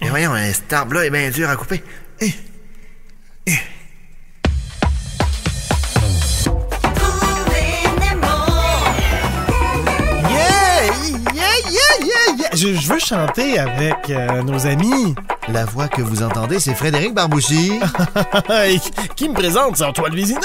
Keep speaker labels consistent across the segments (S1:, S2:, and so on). S1: Mais voyons, hein, cet arbre-là est bien dur à couper. Hi. Hi.
S2: Yeah! Yeah, yeah, yeah, yeah! Je, je veux chanter avec euh, nos amis.
S1: La voix que vous entendez, c'est Frédéric Barbouchi.
S2: Et qui me présente, c'est Antoine Vézina.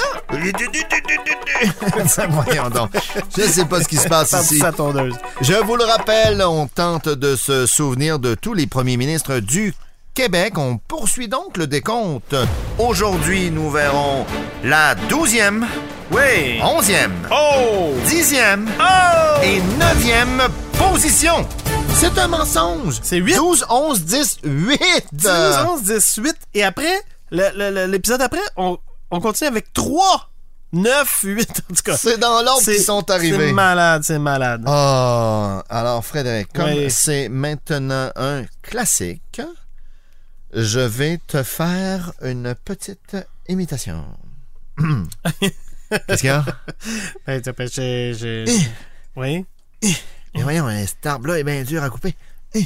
S1: voyons donc. Je sais pas ce qui se passe
S2: Sa
S1: ici.
S2: sa tondeuse.
S1: Je vous le rappelle, on tente de se souvenir de tous les premiers ministres du Québec. On poursuit donc le décompte. Aujourd'hui, nous verrons la douzième,
S3: Oui.
S1: onzième,
S3: Oh!
S1: dixième
S3: Oh!
S1: et neuvième position. C'est un mensonge.
S2: C'est huit.
S1: 12, 11, 10, 8.
S2: 10, 11, 18. Et après, le- le- le- l'épisode après, on, on continue avec 3, 9, 8, en tout cas.
S1: C'est dans l'ordre
S2: C'est-
S1: qu'ils sont
S2: C'est
S1: arrivés.
S2: malade, c'est malade.
S1: Ah, alors Frédéric, comme
S2: Oui.
S1: c'est maintenant un classique, je vais te faire une petite imitation. Qu'est-ce qu'il y a?
S2: Hey, t'as pas- j'ai- j'ai-
S1: Eh.
S2: Oui.
S1: Mais voyons, hein, cet arbre-là est bien dur à couper. Eh,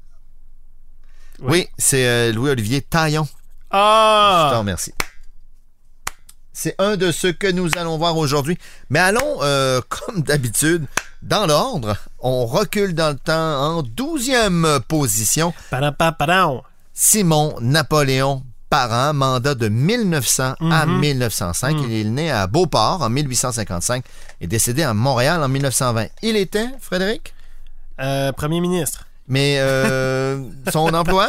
S1: Oui, c'est euh, Louis-Olivier Taillon. Je te
S2: Ah!
S1: remercie. C'est un de ceux que nous allons voir aujourd'hui. Mais allons, euh, comme d'habitude, dans l'ordre. On recule dans le temps en 12e position.
S2: Padam, padam, padam.
S1: Simon Napoléon Parent, mandat de 1900 à
S2: Mhm.
S1: 1905. Il est né à Beauport en 1855 et décédé à Montréal en 1920. Il était, Frédéric,
S2: Euh, premier ministre.
S1: mais euh, son employeur?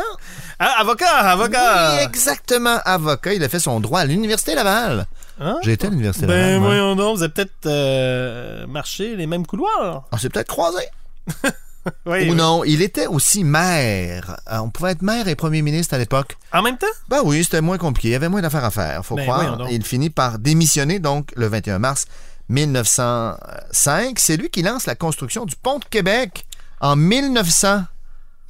S2: Ah, avocat, avocat!
S1: Oui, exactement, avocat. Il a fait son droit à l'Université Laval.
S2: Hein?
S1: J'ai été à l'Université
S2: Ben
S1: Laval. moi.
S2: voyons donc, vous avez peut-être euh, marché les mêmes couloirs.
S1: On s'est peut-être croisés.
S2: Eh Oui.
S1: Ou non, il était aussi maire. Euh, on pouvait être maire et premier ministre à l'époque.
S2: En même temps?
S1: Ben oui, c'était moins compliqué. Il y avait moins d'affaires à faire, faut
S2: Ben voyons
S1: croire.
S2: donc.
S1: Il finit par démissionner, donc, le 21 mars 1905. C'est lui qui lance la construction du pont de Québec en 1900.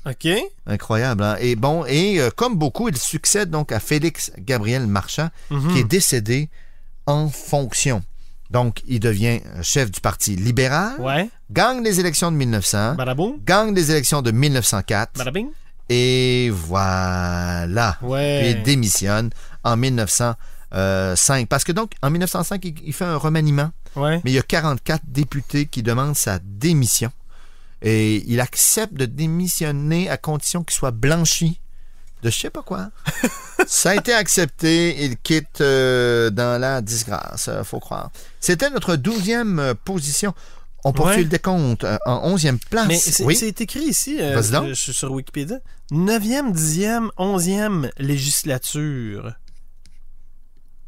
S2: OK.
S1: Incroyable, hein? Et bon, et euh, comme beaucoup, il succède donc à Félix Gabriel Marchand,
S2: Mhm.
S1: qui est décédé en fonction. Donc, il devient euh, chef du Parti libéral,
S2: Ouais.
S1: gagne les élections de 1900,
S2: Badaboum.
S1: gagne les élections de 1904,
S2: Badabing.
S1: et voilà. Puis
S2: Ouais.
S1: il démissionne en 1905. euh, Parce que donc, en 1905, il, il fait un remaniement,
S2: Ouais.
S1: mais il y a 44 députés qui demandent sa démission. Et il accepte de démissionner à condition qu'il soit blanchi de je sais pas quoi. Ça a été accepté, il quitte euh, dans la disgrâce, euh, faut croire. C'était notre 12e euh, position. On poursuit
S2: Ouais.
S1: le décompte euh, en 11e place.
S2: Mais c'est
S1: oui.
S2: c'est écrit ici, euh,
S1: Vas-y donc.
S2: je, je suis sur Wikipédia. 9e, 10e, 11e législature.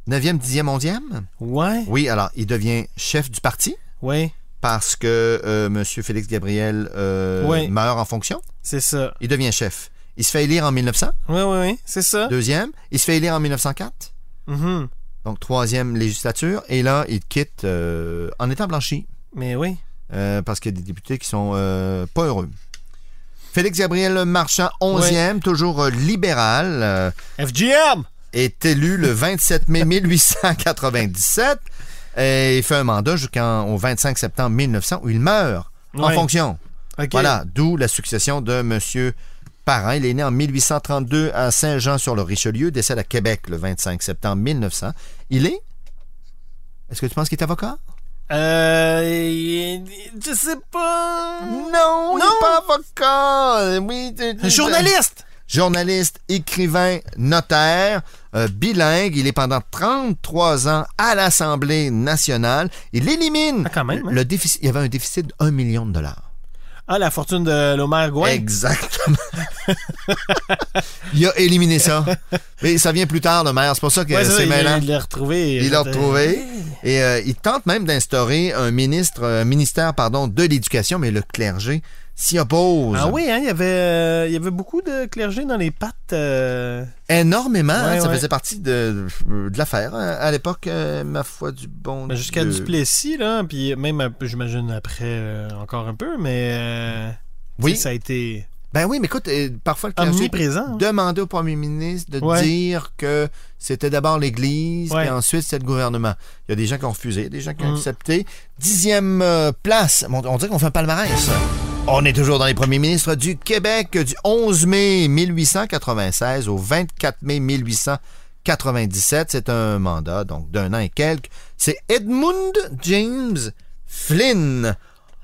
S1: 9e, 10e, 11e?
S2: Ouais.
S1: Oui, alors il devient chef du parti
S2: Ouais.
S1: parce que euh, M. Félix Gabriel euh,
S2: Oui.
S1: meurt en fonction.
S2: C'est ça.
S1: Il devient chef. Il se fait élire en 1900,
S2: Ouais, ouais, ouais. C'est ça.
S1: deuxième. Il se fait élire en 1904,
S2: Mhm.
S1: donc troisième législature. Et là, il quitte euh, en étant blanchi
S2: Mais oui.
S1: euh, parce qu'il y a des députés qui sont euh, pas heureux. Félix Gabriel Marchand, 11e, toujours euh, libéral. euh,
S2: FGM!
S1: est élu le 27 mai 1897 et il fait un mandat jusqu'au 25 septembre 1900 où il meurt en
S2: Ouais.
S1: fonction.
S2: OK.
S1: Voilà, d'où la succession de M. Parent. Il est né en 1832 à Saint-Jean-sur-le-Richelieu, décède à Québec le 25 septembre 1900. Il est... Est-ce que tu penses qu'il est avocat?
S2: Euh. Je sais pas.
S1: Hmm. Non, il
S2: Non.
S1: n'est pas avocat. Oui, tu- tu-
S2: Journaliste!
S1: journaliste, écrivain, notaire, euh, bilingue. Il est pendant 33 ans à l'Assemblée nationale. Il élimine
S2: Ah, quand même, hein?
S1: le déficit. Il y avait un déficit de 1 million de dollars.
S2: Ah, la fortune de l'Omer Gouin.
S1: Exactement. Il a éliminé ça. Mais ça vient plus tard, le maire. C'est pour ça que
S2: Ouais, c'est ça,
S1: euh, c'est
S2: il-
S1: mêlant.
S2: Il euh, l'a retrouvé.
S1: Il l'a retrouvé. Et euh, il tente même d'instaurer un ministre, un ministère pardon, de l'éducation, mais le clergé s'y oppose.
S2: Ah oui, hein, il, y avait, euh, il y avait beaucoup de clergés dans les pattes. euh,
S1: Énormément. hein,
S2: Ouais,
S1: ça
S2: ouais.
S1: faisait partie de, de l'affaire hein, à l'époque, euh, ma foi, du bon.
S2: ben, Jusqu'à
S1: Dieu.
S2: Duplessis, là. Puis même, un peu, j'imagine, après, euh, encore un peu. Mais euh,
S1: Oui.
S2: ça a été
S1: Ben oui, mais écoute, euh, parfois le clergé
S2: omniprésent. hein.
S1: demandait au premier ministre de
S2: Ouais.
S1: dire que c'était d'abord l'Église,
S2: Ouais.
S1: puis ensuite c'est le gouvernement. Il y a des gens qui ont refusé, des gens qui ont
S2: Mm.
S1: accepté. Dixième euh, place, on, on dirait qu'on fait un palmarès. On est toujours dans les premiers ministres du Québec du 11 mai 1896 au 24 mai 1897. C'est un mandat donc d'un an et quelques. C'est Edmund James Flynn.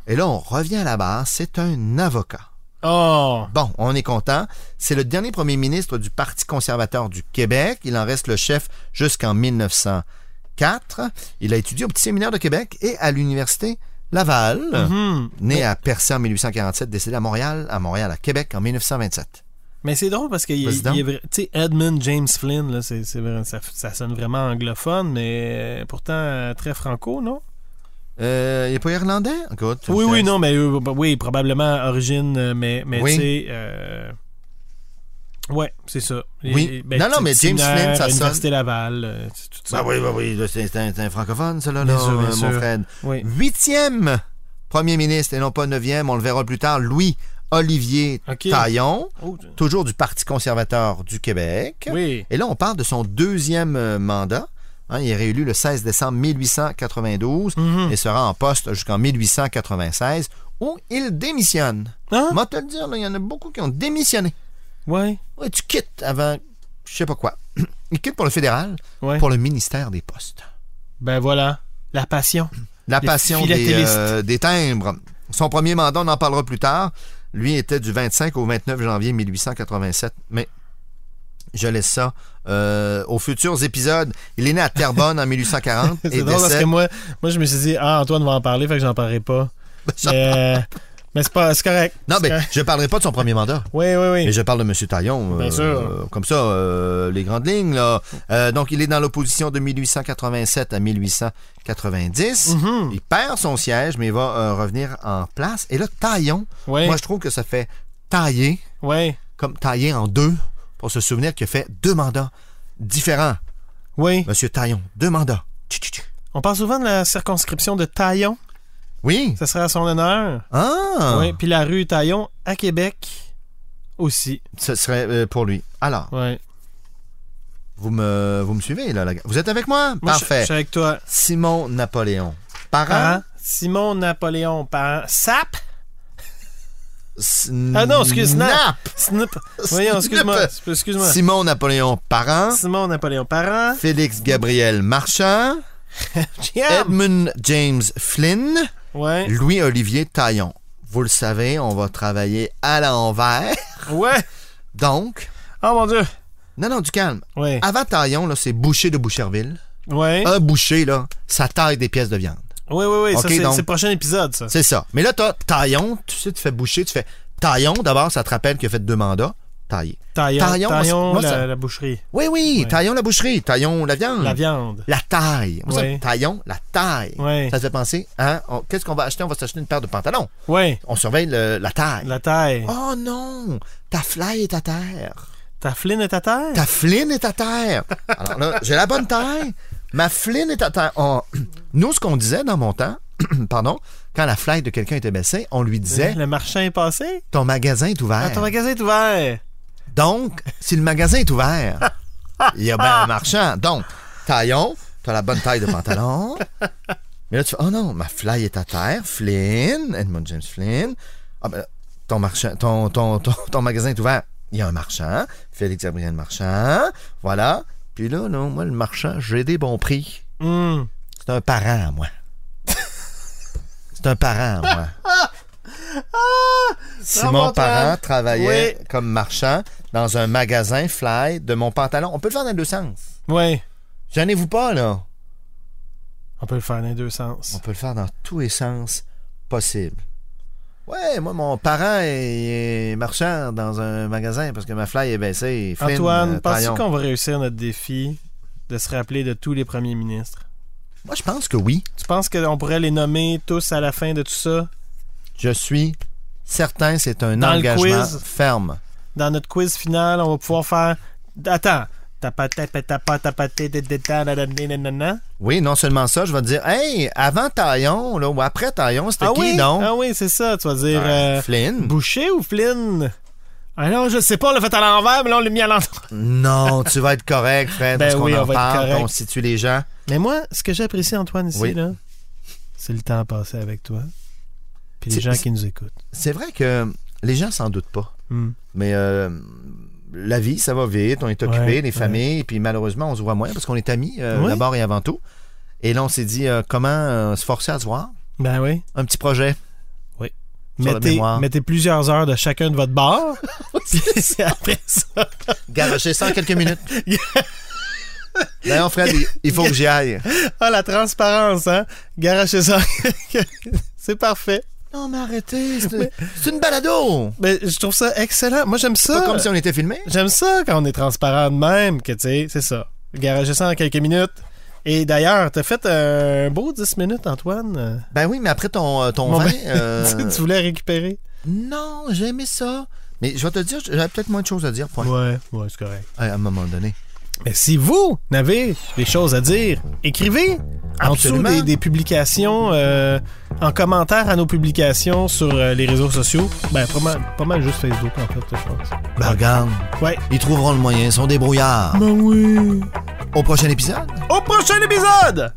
S1: Et là, on revient à la barre. C'est un avocat.
S2: Oh!
S1: Bon, on est content. C'est le dernier premier ministre du Parti conservateur du Québec. Il en reste le chef jusqu'en 1904. Il a étudié au Petit Séminaire de Québec et à l'Université Laval.
S2: Hmm.
S1: Né à Percé en 1847, décédé à Montréal, à Montréal, à Québec en 1927.
S2: Mais c'est drôle parce que il-
S1: Vas-y donc.
S2: il est vrai- tu sais, Edmund James Flynn, là, c'est, c'est vrai, ça, ça sonne vraiment anglophone, mais euh, pourtant euh, très franco, non?
S1: Euh, il n'est pas irlandais? Écoute,
S2: Oui,
S1: je-
S2: oui, non, mais euh, bah, oui, probablement origine, euh, mais, mais
S1: Oui.
S2: tu sais. euh, Ouais, c'est ça.
S1: Oui.
S2: Et-
S1: Non, non, mais James
S2: séminaire,
S1: Flynn, ça sonne-
S2: ben, Université Laval, euh, c'est tout ça.
S1: Ah oui, oui, oui, là, c'est c'est un, c'est un francophone, ça, là,
S2: Bien
S1: là,
S2: sûr, bien
S1: euh, mon
S2: sûr.
S1: frère.
S2: Oui.
S1: Huitième premier ministre, et non pas neuvième, on le verra plus tard, Louis-Olivier
S2: OK.
S1: Taillon,
S2: Oh, tu-
S1: toujours du Parti conservateur du Québec.
S2: oui.
S1: Et là, on parle de son deuxième euh, mandat. Hein, il est réélu le 16 décembre 1892
S2: Mhm.
S1: et sera en poste jusqu'en 1896 où il démissionne.
S2: Hein?
S1: Moi, te le dire, là, il y en a beaucoup qui ont démissionné.
S2: Ouais,
S1: Ouais, tu quittes avant je sais pas quoi. il quitte pour le fédéral,
S2: ouais.
S1: pour le ministère des Postes.
S2: Ben voilà, la passion.
S1: La
S2: Les
S1: passion des,
S2: philatélistes.
S1: euh, des timbres. Son premier mandat, on en parlera plus tard. Lui était du 25 au 29 janvier 1887. Mais je laisse ça euh, aux futurs épisodes. Il est né à Terrebonne en 1840
S2: C'est
S1: et
S2: drôle parce
S1: décède.
S2: que moi, moi, je me suis dit, ah, Antoine va en parler, fait que j'en parlerai pas.
S1: j'en
S2: mais euh, mais c'est, pas, c'est correct.
S1: Non,
S2: C'est
S1: mais
S2: correct.
S1: je ne parlerai pas de son premier mandat.
S2: Oui, oui, oui.
S1: Mais je parle de M. Taillon.
S2: Bien sûr.
S1: Comme ça, euh, les grandes lignes. Là. Euh, donc, il est dans l'opposition de 1887 à 1890.
S2: Mhm.
S1: Il perd son siège, mais il va euh, revenir en place. Et là, Taillon,
S2: Ouais,
S1: moi, je trouve que ça fait tailler.
S2: ouais,
S1: comme taillé en deux pour se souvenir qu'il a fait deux mandats différents.
S2: ouais.
S1: Monsieur Taillon, deux mandats. Tchou, tchou, tchou.
S2: On parle souvent de la circonscription de Taillon.
S1: Oui.
S2: Ça serait à son honneur.
S1: Ah.
S2: Oui, puis la rue Taillon à Québec aussi.
S1: Ce serait euh, pour lui. Alors,
S2: Ouais.
S1: vous me, vous me suivez, là, la gars. Vous êtes avec moi?
S2: Moi, je- Je Hein?
S1: Parfait. Hein?
S2: suis avec toi.
S1: Simon Napoléon. Parent.
S2: Parent, Simon Napoléon, parent. Sap?
S1: Sn-
S2: Ah non, excuse, Snap.
S1: Nap.
S2: Snip. Voyons, excuse-moi. Excuse-moi.
S1: Simon Napoléon, parent.
S2: Simon Napoléon, parent.
S1: Félix Gabriel Marchand.
S2: Jam.
S1: Edmund James Flynn.
S2: Ouais.
S1: Louis-Olivier Taillon. Vous le savez, on va travailler à l'envers.
S2: Ouais.
S1: Donc,
S2: Oh mon dieu.
S1: non, non, du calme.
S2: Ouais.
S1: Avant Taillon, là, c'est Boucher de Boucherville.
S2: Ouais.
S1: Un boucher, là, ça taille des pièces de viande.
S2: Ouais, ouais, ouais.
S1: Ok,
S2: ça, c'est
S1: donc-
S2: c'est le prochain épisode, ça.
S1: C'est ça. Mais là, t'as Taillon, tu sais, tu fais boucher, tu fais Taillon, d'abord, ça te rappelle qu'il a fait deux mandats. Taillé.
S2: Taillon,
S1: Taillon,
S2: Taillon,
S1: moi, moi,
S2: la,
S1: ça-
S2: la boucherie.
S1: Oui, oui,
S2: Ouais.
S1: Taillon la boucherie, Taillon la viande.
S2: La
S1: La,
S2: viande.
S1: taille. Moi, ça,
S2: Ouais.
S1: taillon, la taille.
S2: Ouais.
S1: Ça te fait penser, hein? on- Qu'est-ce qu'on va acheter? On va s'acheter une paire de pantalons.
S2: Ouais.
S1: On surveille le- la taille.
S2: La taille.
S1: Oh non! Ta fly est à terre.
S2: Ta fline est à terre?
S1: Ta fline est à terre. Alors là, j'ai la bonne taille. Ma fline est à terre. On- Nous, ce qu'on disait dans mon temps, pardon, quand la fly de quelqu'un était baissée, on lui disait
S2: Le marchand est passé?
S1: Ton magasin est
S2: Ah,
S1: ouvert.
S2: ton magasin est ouvert.
S1: Donc, si le magasin est ouvert, il y a bien un marchand. Donc, taillon, t'as la bonne taille de pantalon. Mais là, tu fais Oh non, ma fly est à terre. Flynn, Edmund James Flynn. Ah ben, ton, marchand, ton, ton, ton, ton magasin est ouvert. Il y a un marchand, Félix Gabriel Marchand. Voilà. Puis là, non, moi, le marchand, j'ai des bons prix.
S2: Hum.
S1: C'est un parent à moi. C'est un parent à moi. Si
S2: Ah,
S1: mon
S2: mon
S1: parent
S2: parent.
S1: travaillait
S2: Oui.
S1: comme marchand dans un magasin fly de mon pantalon, on peut le faire dans les deux sens.
S2: Ouais.
S1: Gênez-vous pas, là.
S2: On peut le faire dans les deux
S1: On
S2: sens.
S1: peut le faire dans tous les sens possibles. Ouais, moi, mon parent est est marchand dans un magasin parce que ma fly est baissée. Flynn, euh, Taillon.
S2: Antoine, penses-tu qu'on va réussir notre défi de se rappeler de tous les premiers ministres?
S1: Moi, je pense que oui.
S2: Tu penses qu'on pourrait les nommer tous à la fin de tout ça?
S1: Je suis certain, c'est un
S2: Dans le
S1: engagement
S2: quiz.
S1: ferme.
S2: Dans notre quiz final, on va pouvoir faire... Attends! Tapata, patapa, tapaté, dédéta, dadadé, nanana.
S1: Oui, non seulement ça, je vais te dire, hey, avant Taillon, là, ou après Taillon, c'était
S2: Ah
S1: qui
S2: oui?
S1: donc?
S2: Ah oui, c'est ça. Tu vas dire...
S1: Ah,
S2: euh,
S1: Flynn?
S2: Boucher ou Flynn? Ah non, je sais pas, on l'a fait à l'envers, mais là, on l'a mis à l'envers.
S1: Non, tu vas être correct, Fred,
S2: Ben
S1: parce qu'on
S2: oui,
S1: en
S2: on va être
S1: parle,
S2: correct.
S1: on situe les gens.
S2: Mais moi, ce que j'apprécie, Antoine, ici,
S1: Oui.
S2: là, c'est le temps passé avec toi. Puis les
S1: C'est-
S2: gens
S1: c'est-
S2: qui nous écoutent.
S1: C'est vrai que les gens s'en doutent pas,
S2: Hmm.
S1: mais euh, la vie, ça va vite, on est occupé,
S2: Ouais,
S1: les familles, puis malheureusement, on se voit moins parce qu'on est amis euh,
S2: Oui.
S1: d'abord et avant tout. Et là, on s'est dit, euh, comment euh, se forcer à se voir?
S2: Ben oui.
S1: Un petit projet. Sur la
S2: Mettez,
S1: mémoire.
S2: mettez plusieurs heures de chacun de votre bar. puis c'est après ça.
S1: Garocher ça en quelques minutes. D'ailleurs, Fred, il- il faut que j'y aille.
S2: Ah, la transparence, hein? Garachez ça. c'est parfait.
S1: Non, mais arrêtez, c'est c'est une balado.
S2: Mais je trouve ça excellent. Moi, j'aime
S1: C'est
S2: ça.
S1: pas comme si on était filmé.
S2: J'aime ça quand on est transparent de même, que tu sais, c'est ça. Garagez ça en quelques minutes. Et d'ailleurs, t'as fait euh, un beau 10 minutes, Antoine. euh,
S1: Ben oui, mais après ton, euh, ton
S2: Bon,
S1: vin,
S2: ben,
S1: euh,
S2: tu- tu voulais récupérer.
S1: non, j'aimais ça. Mais je vais te dire, j'avais peut-être moins de choses à dire point.
S2: Ouais, ouais, c'est correct.
S1: à un moment donné.
S2: Mais si vous n'avez des choses à dire, écrivez en dessous
S1: Absolument.
S2: des, des publications, euh, en commentaire à nos publications sur euh, les réseaux sociaux. Ben, pas mal, pas mal juste Facebook, en fait, je pense.
S1: Ben regarde,
S2: Ouais.
S1: ils trouveront le moyen, ils sont débrouillards.
S2: Ben oui.
S1: Au prochain épisode.
S2: Au prochain épisode!